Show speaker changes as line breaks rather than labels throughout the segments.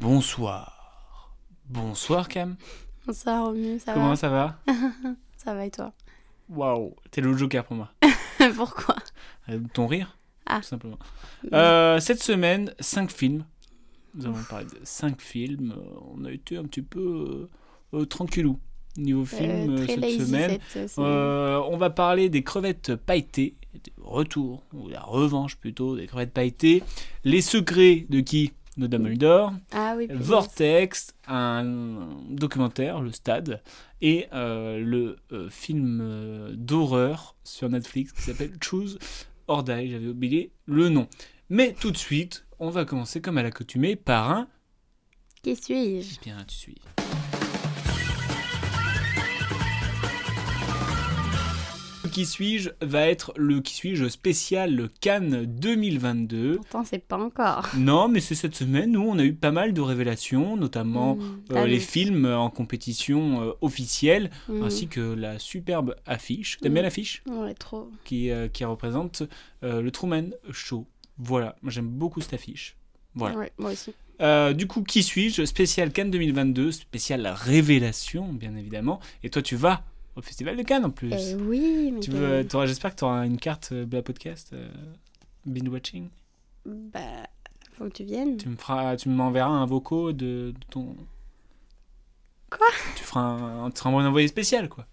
Bonsoir. Bonsoir Cam.
Bonsoir Romu, ça
Comment
va
ça va
Ça va et toi
Waouh, t'es le Joker pour moi.
Pourquoi
Euh, Ton rire
Ah.
Tout simplement. Euh, cette semaine, 5 films. Nous avons parlé de 5 films. Euh, On a été un petit peu euh, euh, tranquillou niveau film
Euh,
euh,
Très
cette
lazy
semaine.
cette euh, semaine.
Euh, on va parler des crevettes pailletées, du retour, ou la revanche plutôt, des crevettes pailletées. Les secrets de qui De Dumbledore.
Ah oui, puis-
Vortex, un documentaire, Le Stade, et euh, le euh, film euh, d'horreur sur Netflix qui s'appelle Choose or Die. J'avais oublié le nom. Mais tout de suite, on va commencer comme à l'accoutumée par un.
Qui suis-je
Bien, tu suis. Le Qui suis-je va être le qui suis-je spécial Cannes 2022.
Pourtant, c'est pas encore.
Non, mais c'est cette semaine où on a eu pas mal de révélations, notamment
Mm.
euh,
Ah
les
oui.
films euh, en compétition euh, officielle,
Mm.
ainsi que la superbe affiche. T'aimes
Mm.
bien l'affiche
Ouais, trop.
qui, euh, qui représente euh, le Truman Show. Voilà, moi, j'aime beaucoup cette affiche. Voilà.
Ouais, moi aussi.
Euh, du coup, qui suis-je Spécial Cannes 2022, spécial révélation, bien évidemment. Et toi, tu vas au Festival de Cannes en plus.
Eh oui, mais
Tu
quel-
veux- t'auras- J'espère que tu auras une carte euh, Bla Podcast, euh, binge watching.
Mm. Bah, faut que tu viennes.
Tu me feras, tu m'enverras un vocaux de, de ton.
Quoi
Tu feras un, tu seras mon envoyé spécial, quoi.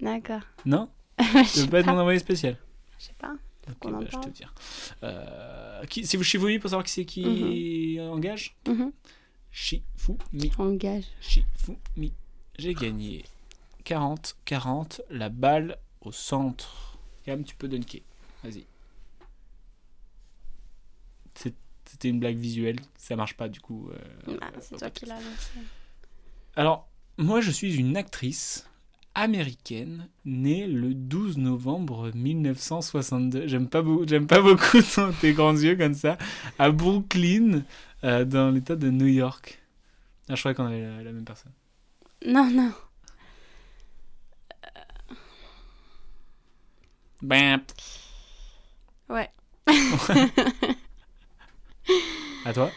D'accord.
Non
Je
Tu veux
sais
pas être
pas.
mon envoyé spécial
Je sais pas.
Ok,
qu'on en
bah, je te
parle.
dis. Euh, qui- c'est Shifumi pour savoir qui c'est qui engage
Mhm.
Shifumi,
Engage.
Shifumi. J'ai gagné 40-40, la balle au centre. Cam, tu peux dunker. Vas-y. C'est- C'était une blague visuelle, ça marche pas du coup. euh,
Ah, c'est toi qui l'as lancé.
Alors, moi, je suis une actrice américaine née le 12 novembre 1962. J'aime pas, beau- j'aime pas beaucoup ton- tes grands yeux comme ça. À Brooklyn, euh, dans l'état de New York. Ah, je croyais qu'on avait la, la même personne.
Non, non.
Bam.
Ouais.
À toi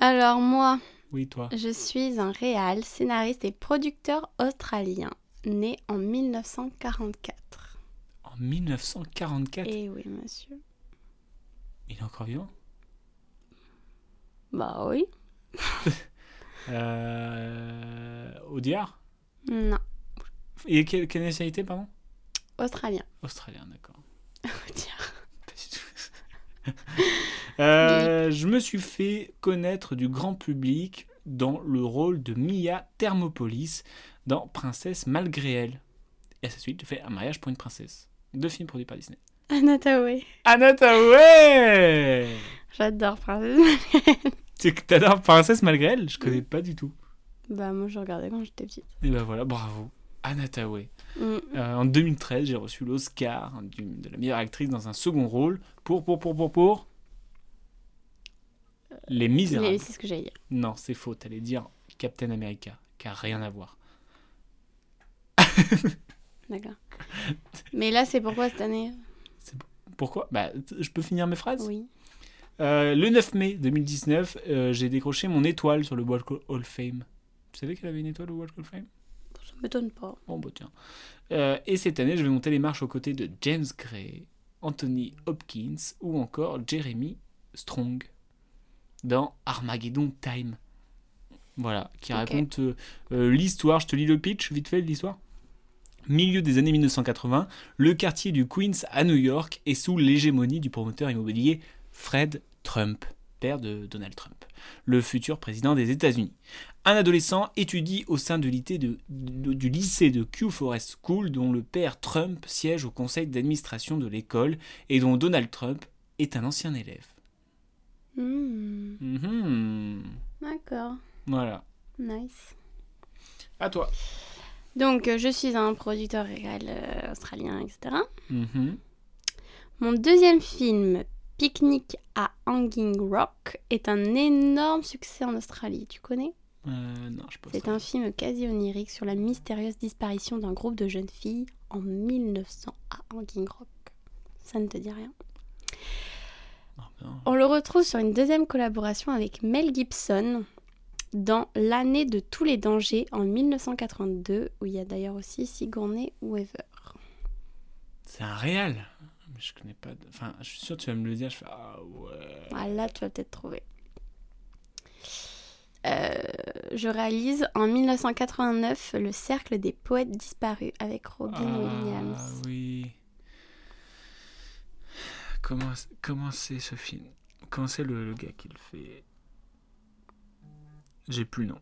Alors, moi,
Oui, toi.
je suis un réal, scénariste et producteur australien, né en 1944.
En 1944.
Eh oui, monsieur.
Il est encore vivant
Bah oui.
euh... Audiard
Non.
Et quelle, quelle nationalité, pardon
Australien.
Australien, d'accord.
Faut dire.
Pas du tout. Euh, je me suis fait connaître du grand public dans le rôle de Mia Thermopolis dans Princesse malgré elle. Et à sa suite, j'ai fait Un mariage pour une princesse. Deux films produits par Disney.
Anna Tawai.
Anna Tawai
J'adore Princesse.
Tu t'adores Princesse malgré elle Je connais pas du tout.
bah, moi, je regardais quand j'étais petite.
Et ben voilà, bravo. Anna Tawai.
Mm.
Euh, en 2013, j'ai reçu l'Oscar hein, du- de la meilleure actrice dans un second rôle pour, pour, pour, pour, pour. Les Misérables.
Mais c'est ce que j'allais dire.
Non, c'est faux. T'allais dire Captain America, qui a rien à voir.
D'accord. Mais là, c'est pourquoi cette année
Pourquoi Bah, t- je peux finir mes phrases.
Oui.
Euh, le 9 mai 2019, euh, j'ai décroché mon étoile sur le Walk of Fame. Vous savez qu'elle avait une étoile au Walk of Fame
Ça m'étonne pas.
Bon, bah tiens. Euh, et cette année, je vais monter les marches aux côtés de James Gray, Anthony Hopkins ou encore Jeremy Strong dans Armageddon Time. Voilà, qui
Ok.
raconte euh, euh, l'histoire. Je te lis le pitch, vite fait, l'histoire. Milieu des années 1980, le quartier du Queens à New York est sous l'hégémonie du promoteur immobilier Fred Trump, père de Donald Trump, le futur président des États-Unis. Un adolescent étudie au sein de l'ité de- de- du lycée de Q Forest School dont le père Trump siège au conseil d'administration de l'école et dont Donald Trump est un ancien élève.
Hmm,
Mhm.
D'accord.
Voilà.
Nice.
À toi.
Donc, euh, je suis un producteur réel euh, australien, etc.
Mhm.
Mon deuxième film, Picnic à Hanging Rock, est un énorme succès en Australie. Tu connais
Euh, non, je pense
C'est un film quasi onirique sur la mystérieuse disparition d'un groupe de jeunes filles en 1900 à Hanging Rock. Ça ne te dit rien
Ah, ben,
On le retrouve sur une deuxième collaboration avec Mel Gibson dans L'année de tous les dangers en 1982, où il y a d'ailleurs aussi Sigourney Weaver.
C'est un réel. Mais je connais pas. de- Enfin, je suis sûr que tu vas me le dire. Je fais ah ouais.
Ah, là, tu vas peut-être trouver. Euh, je réalise en 1989 le cercle des poètes disparus avec Robin Williams.
Ah oui. Comment comment c'est ce film Comment c'est le, le gars qui le fait J'ai plus le nom.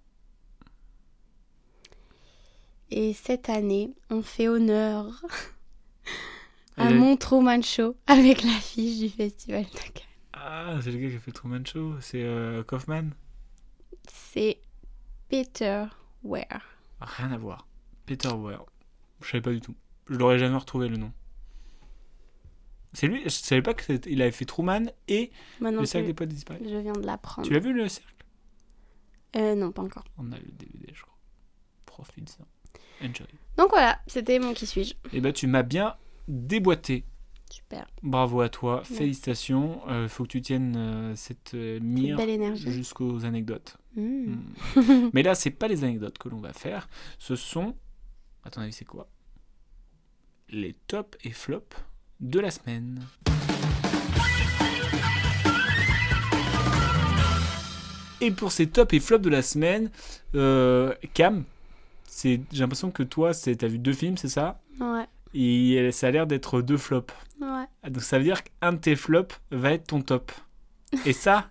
Et cette année, on fait honneur à
Et le-
mon Truman Show avec l'affiche du Festival de Cannes.
Ah, c'est le gars qui a fait Truman Show. C'est euh, Kaufman.
C'est Peter Ware.
Rien à voir. Peter Weir. Je savais pas du tout. Je l'aurais jamais retrouvé le nom. C'est lui. Je savais pas qu'il avait fait Truman et
Maintenant,
le cercle
tu-
des potes disparus.
je viens de l'apprendre.
Tu l'as vu le cercle
Euh, non, pas encore.
On a le DVD, je crois. Profite ça. Enjoy.
Donc voilà, c'était mon qui suis-je.
Et bah tu m'as bien déboîté.
Super.
Bravo à toi.
Merci.
Félicitations. Euh, faut que tu tiennes euh, cette euh, mire
Belle énergie.
jusqu'aux anecdotes.
Mm.
Mm. Mais là, c'est pas les anecdotes que l'on va faire. Ce sont, à ton avis, c'est quoi Les tops et flops de la semaine. Et pour ces tops et flops de la semaine, euh, Cam, c'est, j'ai l'impression que toi, c'est, t'as vu deux films, c'est ça
Ouais,
Et elle- ça a l'air d'être deux flops.
ouais.
Ah, Donc ça veut dire qu'un de tes flops va être ton top. Et ça,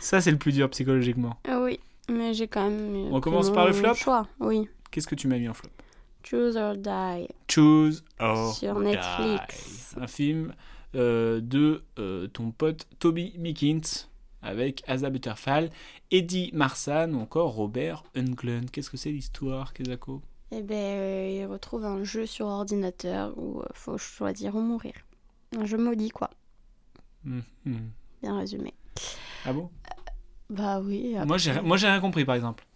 ça c'est le plus dur psychologiquement.
Ah oui, mais j'ai quand même. euh,
On
pris
commence par le
mon
flop
choix. Oui.
Qu'est-ce que tu m'as mis en flop
Choose or Die.
Choose or
Sur
Die.
Netflix.
Un film euh, de euh, ton pote Toby Mikins avec Asa Butterfall, Eddie Marsan ou encore Robert Englund. Qu'est-ce que c'est l'histoire, Kezako
Eh ben, euh, il retrouve un jeu sur ordinateur où euh, faut choisir ou mourir. Un jeu maudit, quoi.
Hum, hum.
Bien résumé.
Ah bon
Bah oui. après-
Moi j'ai moi, j'ai rien compris par exemple.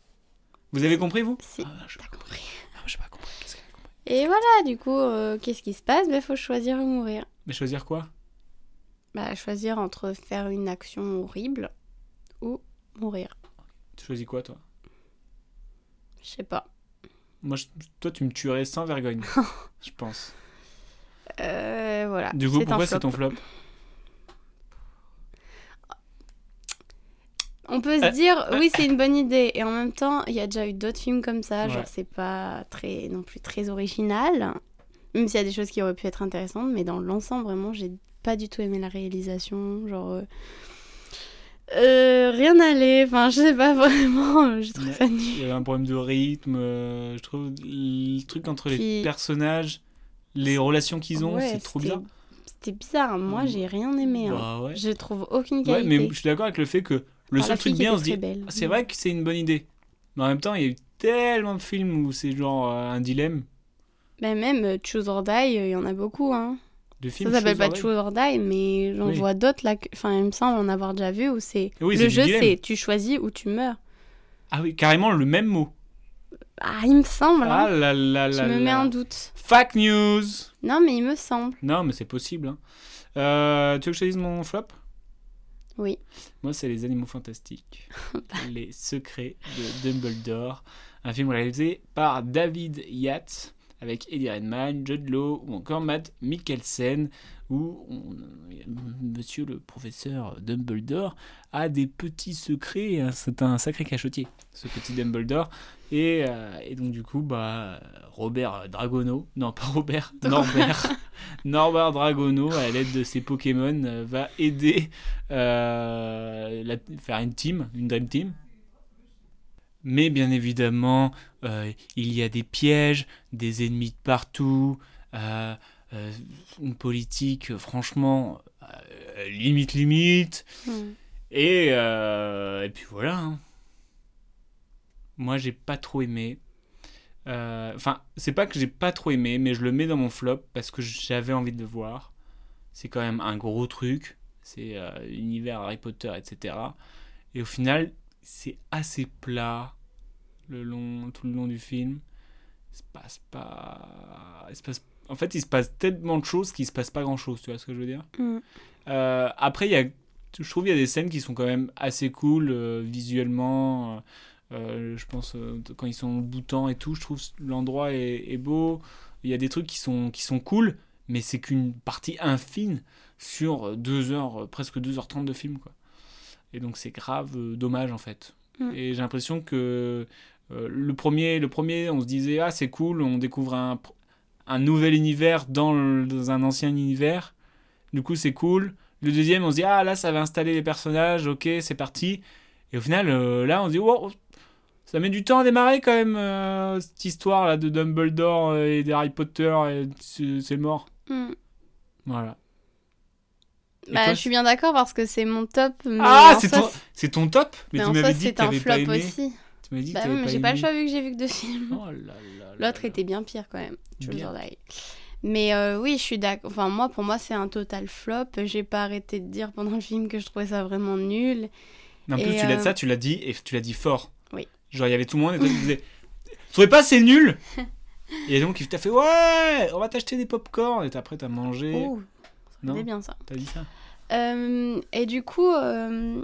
Vous avez compris vous
Si,
Ah, je-
t'as compris.
ah, j'ai pas compris. Qu'est-ce qu'elle a compris
Et voilà, du coup, euh, qu'est-ce qui se passe Ben, faut choisir ou mourir.
Mais choisir quoi
Bah, choisir entre faire une action horrible ou mourir.
Tu choisis quoi toi
Je sais pas.
Moi, je- toi, tu me tuerais sans vergogne, je pense.
Euh, voilà.
Du coup,
un
pourquoi c'est
flop.
ton flop
On peut se
Euh,
dire, oui, c'est une bonne idée. Et en même temps, il y a déjà eu d'autres films comme ça.
Ouais.
Genre, c'est pas très, non plus très original. Même s'il y a des choses qui auraient pu être intéressantes. Mais dans l'ensemble, vraiment, j'ai pas du tout aimé la réalisation. Genre. euh, euh, rien n'allait. Enfin, je sais pas vraiment. J'ai trouvé
Ouais.
ça nul.
Il y avait un problème de rythme, euh, je trouve le truc entre les
Puis-
personnages, les relations qu'ils ont,
Ouais,
c'est trop
c'était-
bizarre.
C'était bizarre. Moi,
Mm.
j'ai rien aimé. hein.
Bah ouais.
Je trouve aucune
Ouais,
qualité.
mais je suis d'accord avec le fait que le
Enfin, la
seul truc
fille qui
bien,
était
on se dit,
très belle.
Ah, c'est vrai que c'est une bonne idée. Mais en même temps, il y a eu tellement de films où c'est genre euh, un dilemme
Bah, même euh, Choose or Die, euh, il y en a beaucoup. Hein.
de films.
Ça s'appelle pas
chose.
Choose or Die, mais j'en
Oui.
vois d'autres là. que- Enfin, il me semble en avoir déjà vu où c'est.
Oui, c'est
le
du
jeu,
dilemme.
c'est tu choisis ou tu meurs.
Ah oui, carrément le même mot.
Ah, il me semble. hein.
Ah là là
Je
là
me
là.
mets un doute.
Fact news.
Non, mais il me semble.
Non, mais c'est possible. hein. Euh, tu veux que je te dise mon flop
Oui.
Moi, c'est Les Animaux Fantastiques. Les Secrets de Dumbledore. Un film réalisé par David Yates avec Eddie Redmayne, Judd Law ou encore Matt Mikkelsen où on- euh, monsieur le professeur Dumbledore a des petits secrets. hein. C'est un sacré cachotier, ce petit Dumbledore. Et, euh, et donc, du coup, bah, Robert Dragono, non pas Robert, Norbert, Norbert Dragono, à l'aide de ses Pokémon, euh, va aider euh, la- faire une team, une dream team. Mais bien évidemment, euh, il y a des pièges, des ennemis de partout, euh, euh, une politique euh, franchement euh, limite limite.
Hmm.
Et, euh, et puis voilà. hein. moi j'ai pas trop aimé. Euh, Enfin, c'est pas que j'ai pas trop aimé, mais je le mets dans mon flop parce que j'avais envie de le voir. C'est quand même un gros truc. C'est euh, univers Harry Potter, etc. Et au final, c'est assez plat le long, tout le long du film. Il se passe pas. il se passe- En fait, il se passe tellement de choses qu'il se passe pas grand chose, tu vois ce que je veux dire
Mm.
Euh, Après, il y a... je trouve qu'il y a des scènes qui sont quand même assez cool euh, visuellement. euh, euh, je pense euh, quand ils sont au Bhoutan et tout, je trouve l'endroit est, est beau. Il y a des trucs qui sont, qui sont cool, mais c'est qu'une partie infime sur 2 heures, euh, presque 2h30 de film. Quoi. Et donc c'est grave euh, dommage en fait.
Mm.
Et j'ai l'impression que euh, le, premier, le premier, on se disait Ah, c'est cool, on découvre un, pr- un nouvel univers dans, le- dans un ancien univers. Du coup, c'est cool. Le deuxième, on se dit Ah, là, ça va installer les personnages, ok, c'est parti. Et au final, euh, là, on se dit Wow, ça met du temps à démarrer quand même, euh, cette histoire là de Dumbledore euh, et d'Harry Potter, et c'est c'est mort.
Mm.
Voilà. Et
Bah,
toi,
je suis bien d'accord parce que c'est mon top. Mais
Ah,
en
c'est
soi,
ton, c'est ton top Mais,
Mais en
tu
soi,
m'avais dit que
c'est un
t'avais
flop
pas aimé.
aussi.
Tu m'avais dit que
Bah oui,
t'avais
mais
pas
j'ai pas le
aimé.
choix vu que j'ai vu que deux films.
Oh là là là
L'autre
là.
était bien pire quand même, Choose Your
Bien.
Lie. Mais euh, oui, je suis d'accord. Enfin, moi, pour moi, c'est un total flop. J'ai pas arrêté de dire pendant le film que je trouvais ça vraiment nul.
Non, En plus,
Et,
tu l'as
euh,
ça, tu l'as dit et tu l'as dit fort.
Oui.
Genre, il y avait tout le monde et toi, tu disais Tu trouvais pas, c'est nul Et donc, il t'a fait Ouais, on va t'acheter des pop-corn. Et après, t'as mangé.
Oh,
non
c'était bien ça.
T'as dit ça
Euh, et du coup, euh,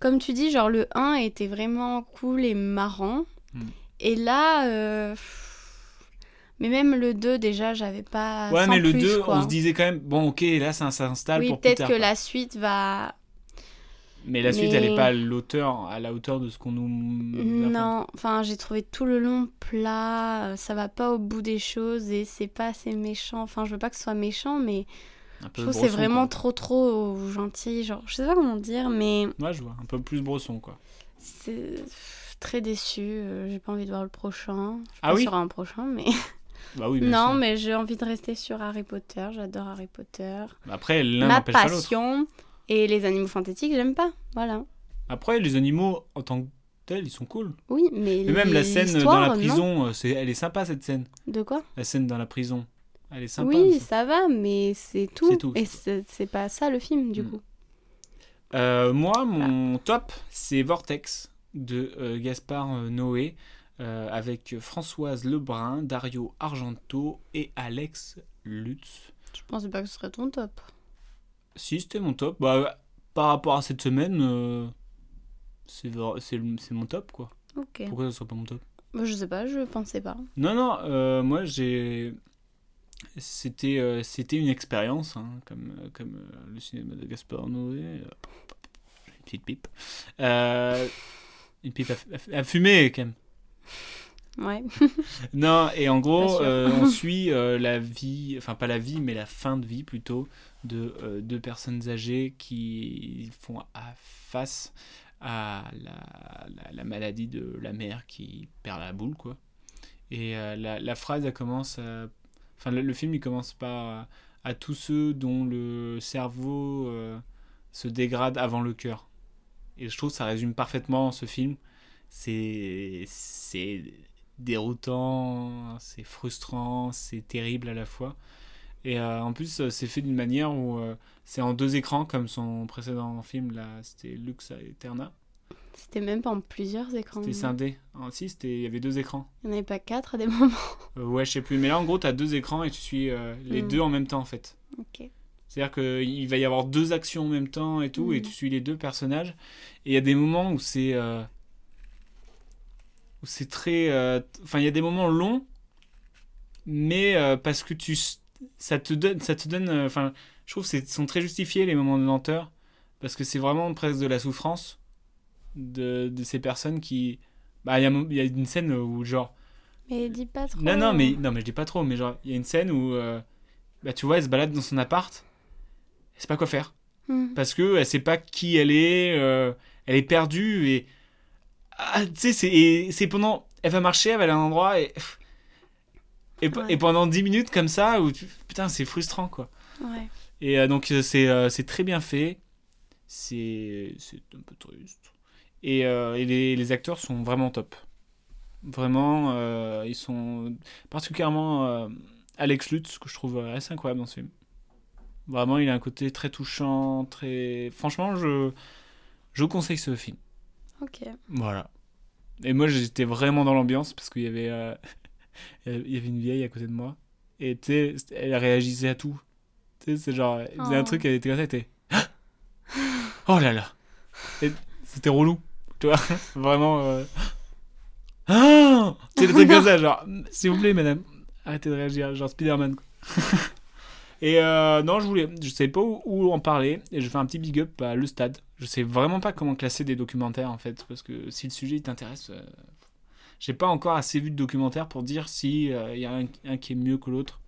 comme tu dis, genre le 1 était vraiment cool et marrant.
Mm.
Et là, euh, pff, mais même le 2 déjà, j'avais pas.
Ouais,
Ah, sans
mais le
plus,
2,
quoi.
on se disait quand même Bon, ok, là, ça s'installe
Oui,
pour plus
peut-être
tard.
que
quoi.
la suite va.
Mais la suite,
Mais- Mm,
elle est pas à l'auteur, à la hauteur de ce qu'on nous.
Non, enfin, j'ai trouvé tout le long plat. euh, Ça va pas au bout des choses et c'est pas assez méchant. Enfin, je veux pas que ce soit méchant, mais
Un
je
peu
trouve que c'est
Bresson,
vraiment trop
quoi.
trop gentil. Genre, je sais pas comment dire, mais.
Ouais, je vois. Un peu plus Bresson, quoi.
C'est pff, très déçu. euh, J'ai pas envie de voir le prochain. Je
Ah
pense
oui
qu'il y aura un prochain, mais
Bah oui, bien
non,
sûr.
mais j'ai envie de rester sur Harry Potter. J'adore Harry Potter.
Après, l'un
Ma
n'empêche pas l'autre.
passion et les animaux fantastiques, j'aime pas. Voilà.
Après, les animaux, en tant que tels, ils sont cool.
Oui, mais
Et même la scène dans
l'histoire,
la
non
prison, euh, c'est, elle est sympa, cette scène.
De quoi
La scène dans la prison. Elle est sympa.
Oui,
aussi.
ça va, mais c'est tout.
C'est tout,
Et c'est
c'est
c'est pas ça le film du
Mm.
coup.
Euh, moi, mon top, c'est Vortex de euh, Gaspard euh, Noé. euh, avec Françoise Lebrun, Dario Argento et Alex Lutz.
Je pensais pas que ce serait ton top.
Si, c'était mon top. Bah, ouais, par rapport à cette semaine, euh, c'est vra- c'est le- c'est mon top, quoi.
Ok.
Pourquoi ça soit pas mon top
Bah, Je sais pas, je pensais pas.
Non, non, euh, moi, j'ai... C'était euh, c'était une expérience, hein, comme, euh, comme euh, le cinéma de Gaspard Noé. euh, J'ai une petite pipe. Euh, une pipe à, fu- à fu- à fumer, quand même.
Ouais.
Non, et en
Pas
gros,
sûr.
euh, on suit euh, la vie, enfin pas la vie, mais la fin de vie plutôt, de euh, deux personnes âgées qui font à- face à la, la- la maladie de la mère qui perd la boule, quoi. Et euh, la, la phrase, elle commence. euh, Enfin, le, le film, il commence par euh, à tous ceux dont le cerveau euh, se dégrade avant le cœur. Et je trouve que ça résume parfaitement ce film. C'est. C'est déroutant, c'est frustrant, c'est terrible à la fois. Et euh, en plus, euh, c'est fait d'une manière où euh, c'est en deux écrans, comme son précédent film, là, c'était Lux Eterna.
C'était même pas en plusieurs écrans.
C'était scindé. En six, c'était- il y avait deux écrans.
Il y en avait pas quatre à des moments.
Euh, ouais, je sais plus. Mais là, en gros, tu as deux écrans et tu suis euh, les
Mm.
deux en même temps, en fait.
Ok.
C'est-à-dire qu'il va y avoir deux actions en même temps et tout, et
Mm.
tu suis les deux personnages. Et il y a des moments où c'est. euh, où c'est très. euh, t- Enfin, il y a des moments longs, mais euh, parce que tu. s- Ça te donne. Ça te donne euh, enfin, je trouve que c'est- sont très justifiés les moments de lenteur, parce que c'est vraiment presque de la souffrance de, de ces personnes qui. Bah, il y a mo- il y a une scène où, genre.
Mais dis pas trop.
Non, non, mais, non, mais je dis pas trop, mais genre, il y a une scène où, euh, bah, tu vois, elle se balade dans son appart, elle sait pas quoi faire.
Mm.
Parce que elle sait pas qui elle est, euh, elle est perdue, et. Ah, tu sais, c'est- et c'est pendant. Elle va marcher, elle va aller à un endroit, et. Et, pe-
Ouais.
et pendant 10 minutes comme ça, où tu- putain, c'est frustrant, quoi.
Ouais.
Et euh, donc euh, c'est euh, c'est très bien fait, c'est c'est un peu triste. Et, euh, et les, les acteurs sont vraiment top. Vraiment, euh, ils sont particulièrement euh, Alex Lutz, que je trouve assez incroyable dans ce film. Vraiment, il a un côté très touchant, très. Franchement, je, je conseille ce film.
Ok.
Voilà. Et moi, j'étais vraiment dans l'ambiance parce qu'il y avait, euh, il y avait une vieille à côté de moi. Et tu sais, c'était- elle réagissait à tout. Tu sais, c'est genre, elle faisait un
Oh.
truc, elle était comme ça, elle était. Ah oh là là Et C'était relou. Tu vois Vraiment. euh, Ah Tu sais, le truc comme ça, genre, s'il vous plaît, madame, arrêtez de réagir, genre Spider-Man. quoi. Et euh, non, je voulais, je savais pas où, où en parler, et je fais un petit big up à Le Stade. Je sais vraiment pas comment classer des documentaires en fait, parce que si le sujet il t'intéresse, euh, j'ai pas encore assez vu de documentaires pour dire si euh, y a un, un qui est mieux que l'autre.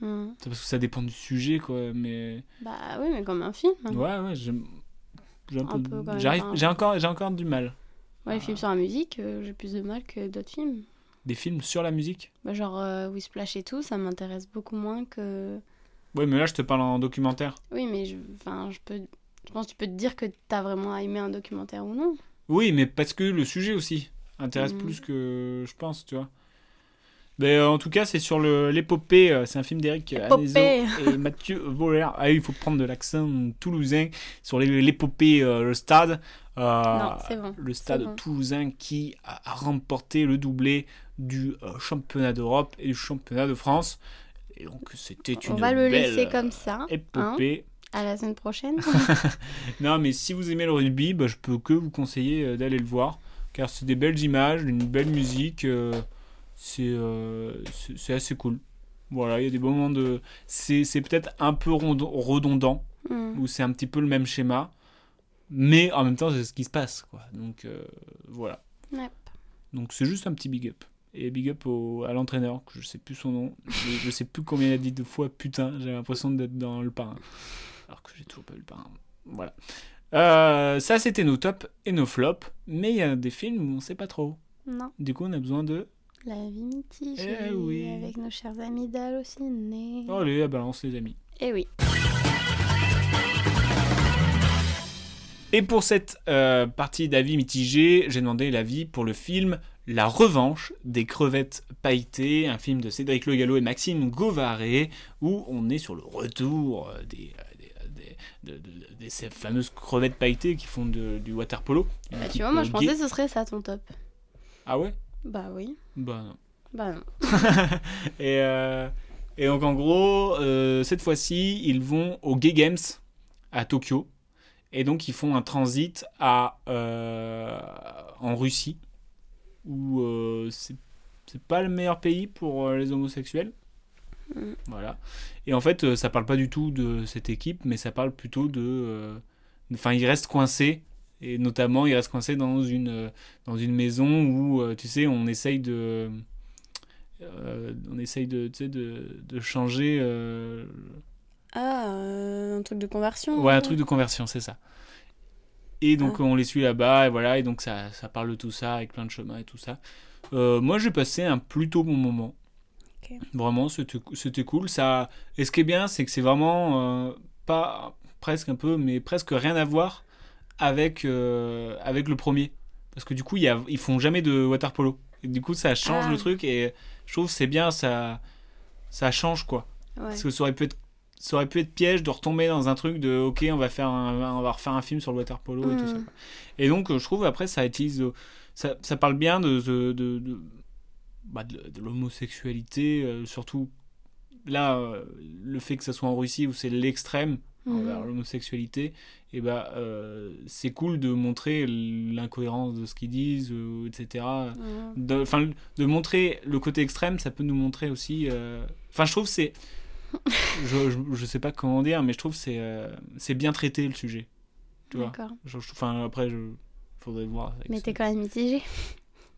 Hmm.
C'est parce que ça dépend du sujet quoi, mais
Bah oui, mais comme un film. hein.
ouais, ouais, j'aime- j'ai un
Un peu,
peu,
quand même,
j'arrive,
hein.
j'ai encore, j'ai encore du mal.
Ouais, les films sur la musique, euh, j'ai plus de mal que d'autres films.
Des films sur la musique.
Bah, genre euh, Whiplash et tout, ça m'intéresse beaucoup moins que.
Ouais, mais là je te parle en documentaire.
Oui, mais je, enfin, je peux. Je pense que tu peux te dire que t'as vraiment aimé un documentaire ou non.
Oui, mais parce que le sujet aussi intéresse
Mhm.
plus que je pense, tu vois. Mais euh, en tout cas, c'est sur le- l'épopée. euh, c'est un film d'Eric Anezo
Épopée.
et Mathieu Voller. Ah, il faut prendre de l'accent toulousain sur l'é- l'épopée euh, Le Stade. Euh,
non, c'est bon.
le stade
bon.
toulousain qui a a remporté le doublé du euh, championnat d'Europe et du championnat de France. Et donc, c'était une
On va le
belle
laisser comme ça. hein.
épopée.
À la semaine prochaine.
Non, mais si vous aimez le rugby, bah, je peux que vous conseiller euh, d'aller le voir, car c'est des belles images, une belle musique, euh, c'est euh, c'est- c'est assez cool. Voilà, il y a des bons moments de... C'est c'est peut-être un peu rondo- redondant,
Hmm.
où c'est un petit peu le même schéma, mais en même temps, c'est ce qui se passe, quoi. Donc, euh, voilà.
Yep.
Donc, c'est juste un petit big up. Et big up au- à l'entraîneur, que je sais plus son nom, je, je sais plus combien il a dit de fois, putain, j'ai l'impression d'être dans le parrain. Alors que j'ai toujours pas eu le parrain. Voilà. Euh, ça, c'était nos tops et nos flops, mais il y a des films où on sait pas trop.
Non,
Du coup, on a besoin de.
la vie mitigée.
Eh oui.
Avec nos chers amis d'Allociné.
Oh, les balance, les amis.
Eh oui.
Et pour cette euh, partie d'avis mitigé, j'ai demandé l'avis pour le film La Revanche des crevettes pailletées, un film de Cédric Le Gallo et Maxime Govaré, où on est sur le retour euh, des, euh, des- des- de- de- de ces fameuses crevettes pailletées qui font de- du water polo.
Bah, tu vois, moi je
Euh,
pensais
gay.
que ce serait ça ton top.
Ah ouais
Bah oui.
Bah non.
Bah non.
et, euh, et donc en gros, euh, cette fois-ci, ils vont au Gay Games à Tokyo. Et donc ils font un transit à, euh, en Russie, où euh, c'est c'est pas le meilleur pays pour euh, les homosexuels.
Mm.
Voilà. Et en fait, euh, ça parle pas du tout de cette équipe, mais ça parle plutôt de. euh, Enfin, ils restent coincés. Et notamment, ils restent coincés dans une, euh, dans une maison où, euh, tu sais, on essaye de. euh, on essaye de, tu sais, de, de changer. euh,
Ah, euh, un truc de conversion. Ah.
Ouais, un truc de conversion, c'est ça. Et donc on les suit là-bas, et voilà, et donc ça, ça parle de tout ça, avec plein de chemins et tout ça. Euh, moi j'ai passé un plutôt bon moment.
Ok.
Vraiment, c'était c'était cool. Ça... Et ce qui est bien, c'est que c'est vraiment euh, pas presque un peu, mais presque rien à voir avec, euh, avec le premier. Parce que du coup, il y a, ils font jamais de water polo. Et du coup, ça change
Ah.
le truc, et je trouve que c'est bien, ça, ça change quoi.
Ouais.
Parce que ça aurait pu être ça aurait pu être piège de retomber dans un truc de ok on va faire un, on va refaire un film sur le water polo et tout ça
Mm.
quoi. et donc euh, je trouve après ça utilise euh, ça, ça parle bien de de, de, de- bah, de- de l'homosexualité euh, surtout là euh, le fait que ça soit en Russie où c'est l'extrême
Mhm.
envers l'homosexualité et bah euh, c'est cool de montrer l'incohérence de ce qu'ils disent euh, etc
Ouais.
de, 'fin, de montrer le côté extrême, ça peut nous montrer aussi. euh, Enfin, je trouve que c'est. je, je, je sais pas comment dire, mais je trouve que c'est euh, c'est bien traité le sujet. Tu vois
D'accord.
Enfin, après, je. Faudrait voir. avec
Mais
ce-
t'es quand même mitigé.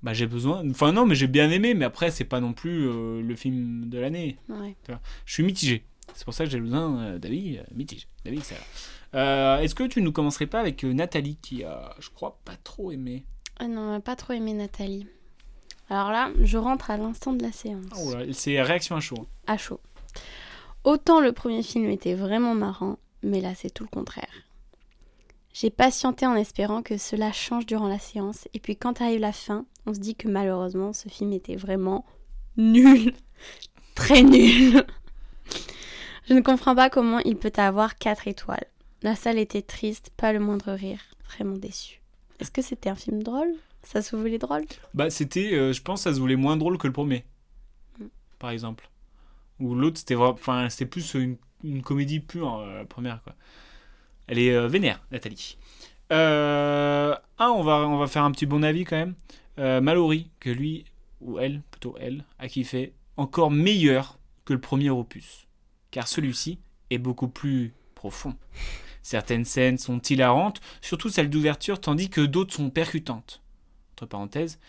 Bah, j'ai besoin. Enfin, non, mais j'ai bien aimé, mais après, c'est pas non plus euh, le film de l'année.
Ouais.
Je suis mitigé. C'est pour ça que j'ai besoin euh, d'avis euh, mitigé. D'avis ça va. Euh, Est-ce que tu nous commencerais pas avec euh, Nathalie qui a, je crois, pas trop aimé
Ah non, on n'a pas trop aimé Nathalie. Alors là, je rentre à l'instant de la séance.
Oh là, c'est réaction à chaud. hein.
À chaud. Autant le premier film était vraiment marrant, mais là c'est tout le contraire. J'ai patienté en espérant que cela change durant la séance, et puis quand arrive la fin, on se dit que malheureusement ce film était vraiment nul. Très nul. Je ne comprends pas comment il peut avoir 4 étoiles. La salle était triste, pas le moindre rire. Vraiment déçu. Est-ce que c'était un film drôle Ça se voulait drôle
Bah, c'était, euh, je pense, ça se voulait moins drôle que le premier,
Mm.
par exemple. Ou l'autre, c'était vra- enfin, c'était plus une, une comédie pure, euh, la première, quoi. Elle est euh, vénère, Nathalie. Euh, ah, on va, on va faire un petit bon avis quand même. Euh, Mallory, que lui, ou elle, plutôt elle, a kiffé encore meilleur que le premier opus. Car celui-ci est beaucoup plus profond. Certaines scènes sont hilarantes, surtout celles d'ouverture, tandis que d'autres sont percutantes. Entre parenthèses,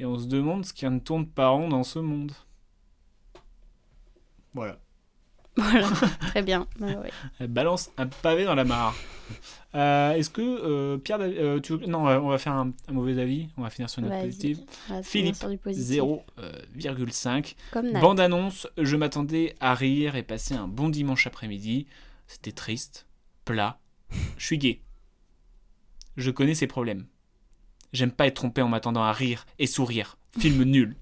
et on se demande ce qui ne tourne pas rond dans ce monde. Voilà.
Voilà, très bien. Bah Ouais, ouais.
Elle balance un pavé dans la mare. Euh, Est-ce que euh, Pierre. Dav- euh, tu veux- Non, euh, on va faire un, un mauvais avis. On va finir sur une note
Vas-y,
positive. euh,
on va se
Philippe,
finir sur du positif.
0,5.
Comme Nat.
Bande annonce Je m'attendais à rire et passer un bon dimanche après-midi. C'était triste, plat. Je suis gay. Je connais ses problèmes. J'aime pas être trompé en m'attendant à rire et sourire. Film nul.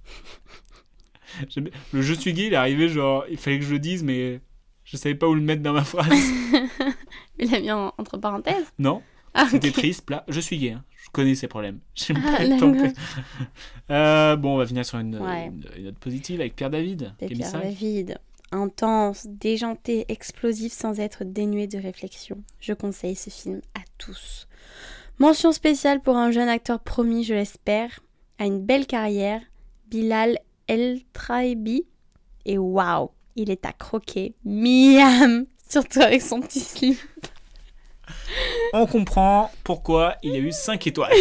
J'aime- Le je suis gay, il est arrivé genre, il fallait que je le dise, mais je savais pas où le mettre dans ma phrase.
Il a mis en- entre parenthèses.
Non,
Ah,
c'était
ok.
triste, plat. Je suis gay, hein. je connais ses problèmes. J'aime
Ah,
pas être
d'accord.
trompé. Euh, bon, on va finir sur une,
Ouais.
une- une note positive avec Pierre David, qui a mis
Pierre
cinq.
David. Intense, déjanté, explosif sans être dénué de réflexion. Je conseille ce film à tous. Mention spéciale pour un jeune acteur promis, je l'espère, à une belle carrière, Bilal El Traibi. Et waouh, il est à croquer. Miam Surtout avec son petit slip.
on comprend pourquoi il a eu 5 étoiles.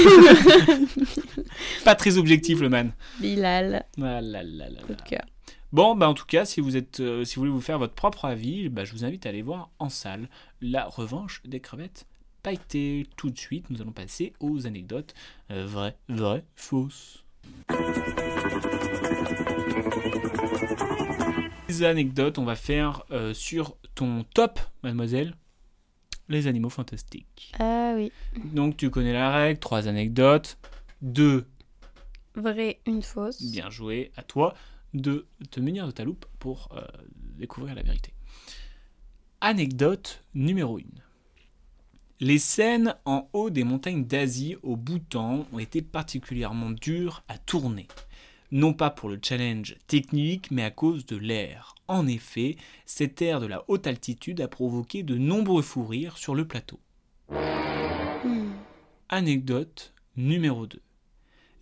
pas très objectif le man.
Bilal,
Ah là là là
coup
là.
de cœur.
Bon, bah en tout cas, si vous, êtes, euh, si vous voulez vous faire votre propre avis, bah, je vous invite à aller voir en salle la revanche des crevettes pailletées. Tout de suite, nous allons passer aux anecdotes euh, vraies, vraies, fausses. Les anecdotes, on va faire euh, sur ton top, mademoiselle, les animaux fantastiques.
Ah oui.
Donc tu connais la règle, trois anecdotes, deux
Vrai, une fausse.
bien joué à toi, de te munir de ta loupe pour euh, découvrir la vérité. Anecdote numéro 1. Les scènes en haut des montagnes d'Asie au Bhoutan ont été particulièrement dures à tourner. Non pas pour le challenge technique, mais à cause de l'air. En effet, cet air de la haute altitude a provoqué de nombreux fous rires sur le plateau.
Hmm.
Anecdote numéro 2.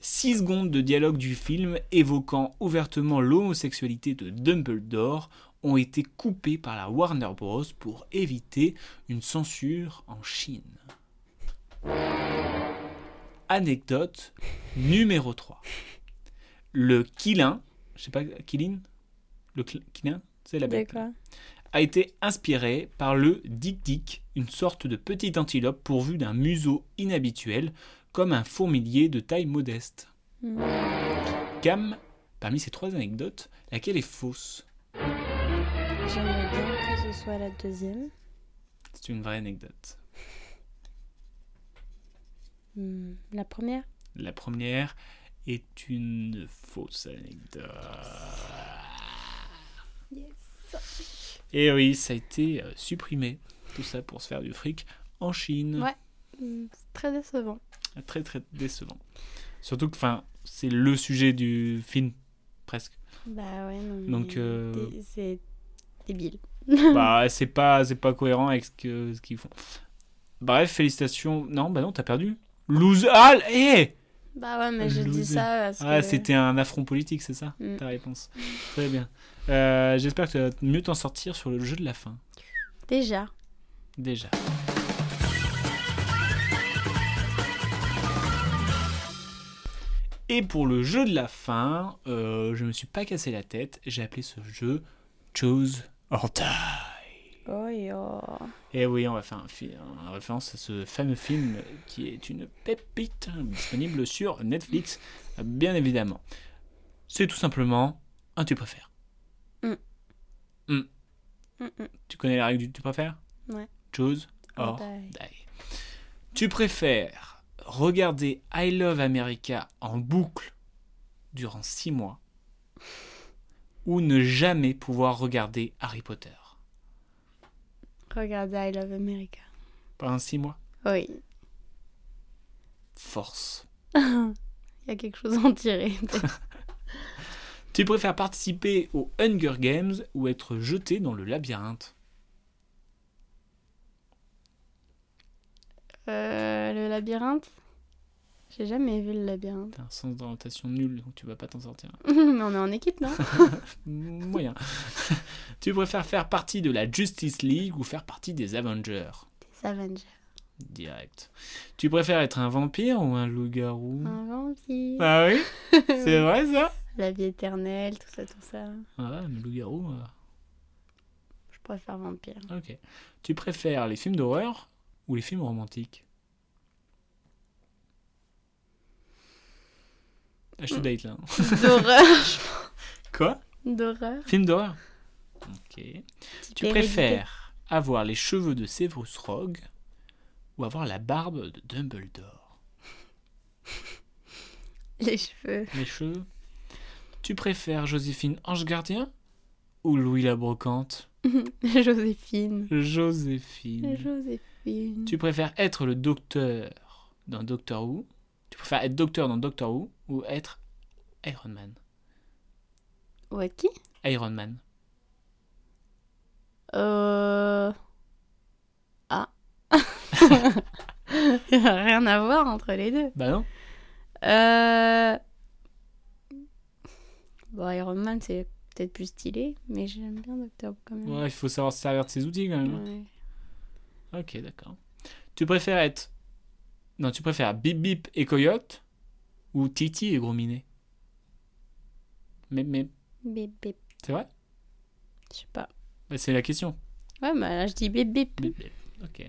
6 secondes de dialogue du film évoquant ouvertement l'homosexualité de Dumbledore ont été coupées par la Warner Bros. pour éviter une censure en Chine. Anecdote numéro 3. Le Kilin, je sais pas, Kilin Le cl- Kilin C'est la
De
bête.
quoi
A été inspiré par le dik-dik, une sorte de petite antilope pourvue d'un museau inhabituel, comme un fourmilier de taille modeste.
Hmm.
Cam, parmi ces trois anecdotes, laquelle est fausse
J'aimerais bien que ce soit la deuxième.
C'est une vraie anecdote.
Hmm, La première
La première est une fausse anecdote. Et Eh oui, ça a été euh, supprimé, tout ça pour se faire du fric en Chine.
Ouais. Hmm, C'est très décevant.
Très très décevant. Surtout que enfin, c'est le sujet du film, presque.
Bah ouais, non. mais
Donc, euh,
dé- C'est débile.
bah c'est pas c'est pas cohérent avec ce que ce qu'ils font. Bref, félicitations. Non, bah non, t'as perdu. Lose all. Eh
Bah ouais, mais je dis
Loser.
ça parce
Ah,
que-
c'était un affront politique, c'est ça
Mm.
ta réponse. Très bien. Euh, J'espère que tu vas mieux t'en sortir sur le jeu de la fin.
Déjà.
Déjà. Et pour le jeu de la fin, euh, je me suis pas cassé la tête. J'ai appelé ce jeu Choose or Die.
Oh
Et Eh oui, on va faire un film, en référence à ce fameux film qui est une pépite hein, disponible sur Netflix, bien évidemment. C'est tout simplement un tu préfères.
Mm.
Mm.
Hmm,
Tu connais la règle du tu préfères Oh.
Ouais.
Choose or die. Tu préfères regarder I Love America en boucle durant six mois ou ne jamais pouvoir regarder Harry Potter
Regardez I Love America.
pendant six mois
Oui,
Force.
il y a quelque chose à en tirer. peut-être.
Tu préfères participer aux Hunger Games ou être jeté dans le labyrinthe
Euh, le labyrinthe J'ai jamais vu le labyrinthe.
T'as un sens d'orientation nul, donc tu vas pas t'en sortir.
Mais on est en équipe, non
Moyen. tu préfères faire partie de la Justice League ou faire partie des Avengers
Des Avengers.
Direct. Tu préfères être un vampire ou un loup-garou
Un vampire.
Ah oui C'est vrai ça
La vie éternelle, tout ça, tout ça.
Ah, mais loup-garou. euh,
Je préfère vampire.
Ok. Tu préfères les films d'horreur ou les films romantiques Ah, je te date là. hein.
D'horreur.
Quoi
D'horreur.
Film d'horreur Ok. Tu
Hérédité.
préfères avoir les cheveux de Severus Rogue ou avoir la barbe de Dumbledore
Les cheveux.
Les cheveux Tu préfères Joséphine Ange Gardien ou Louis la Brocante
Joséphine.
Joséphine.
Joséphine.
Tu préfères être le docteur dans Doctor Who Tu préfères être docteur dans Doctor Who ou être Iron Man
Ou être qui
Iron Man.
Euh... Ah. Il y a Rien à voir entre les deux.
Bah non
Euh... Bon, Iron Man, c'est peut-être plus stylé, mais j'aime bien Doctor Who quand même.
Ouais, il faut savoir se servir de ses outils quand même. hein.
Ouais.
Ok, d'accord. Tu préfères être. Non, tu préfères Bip Bip et Coyote ou Titi et Gros Minet Mais, mais
Bip, bip.
c'est vrai
Je sais pas.
Bah, C'est la question.
Ouais, bah là, je dis bip, bip.
Bip Bip. Ok.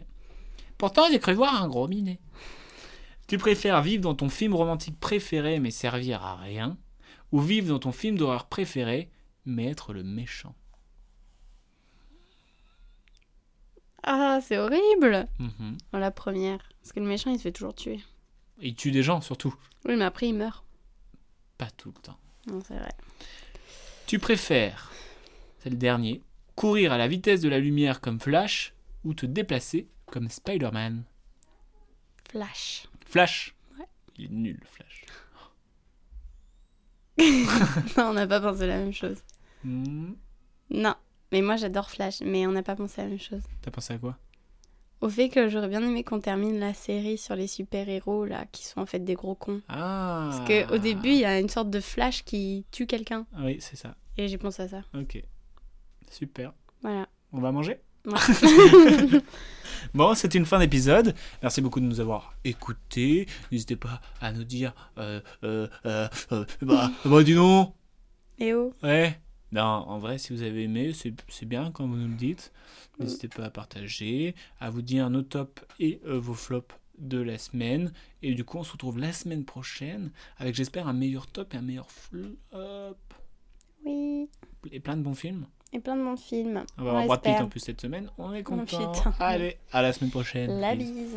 Pourtant, j'ai cru voir un gros minet. Tu préfères vivre dans ton film romantique préféré mais servir à rien ou vivre dans ton film d'horreur préféré mais être le méchant
Ah, c'est horrible
Mhm.
Dans la première. Parce que le méchant, il se fait toujours tuer.
Il tue des gens surtout.
Oui, mais après, il meurt.
Pas tout le temps.
Non, c'est vrai.
Tu préfères, c'est le dernier, courir à la vitesse de la lumière comme Flash ou te déplacer comme Spider-Man
Flash.
Flash Il est nul, Flash.
non, on n'a pas pensé la même chose.
Hmm,
Non. Mais moi, j'adore Flash, mais on n'a pas pensé la même chose.
T'as pensé à quoi
Au fait que j'aurais bien aimé qu'on termine la série sur les super-héros, là, qui sont en fait des gros cons.
Ah
Parce que au début, il y a une sorte de Flash qui tue quelqu'un.
Ah Oui, c'est ça.
Et j'ai pensé à ça.
Ok. Super.
Voilà.
On va manger
Ouais.
Bon, c'était une fin d'épisode. Merci beaucoup de nous avoir écoutés. N'hésitez pas à nous dire. Euh, euh, euh, euh, bah, bah, dis donc
Et oh
Ouais. Non, en vrai, si vous avez aimé, c'est c'est bien quand vous nous le dites. N'hésitez pas à partager, à vous dire nos tops et euh, vos flops de la semaine. Et du coup, on se retrouve la semaine prochaine avec, j'espère, un meilleur top et un meilleur flop.
Oui.
Et plein de bons films.
Et plein de bons films.
On va avoir Brad Pitt en plus cette semaine. On est content.
putain.
Allez, à la semaine prochaine.
La
Bisous.
bise.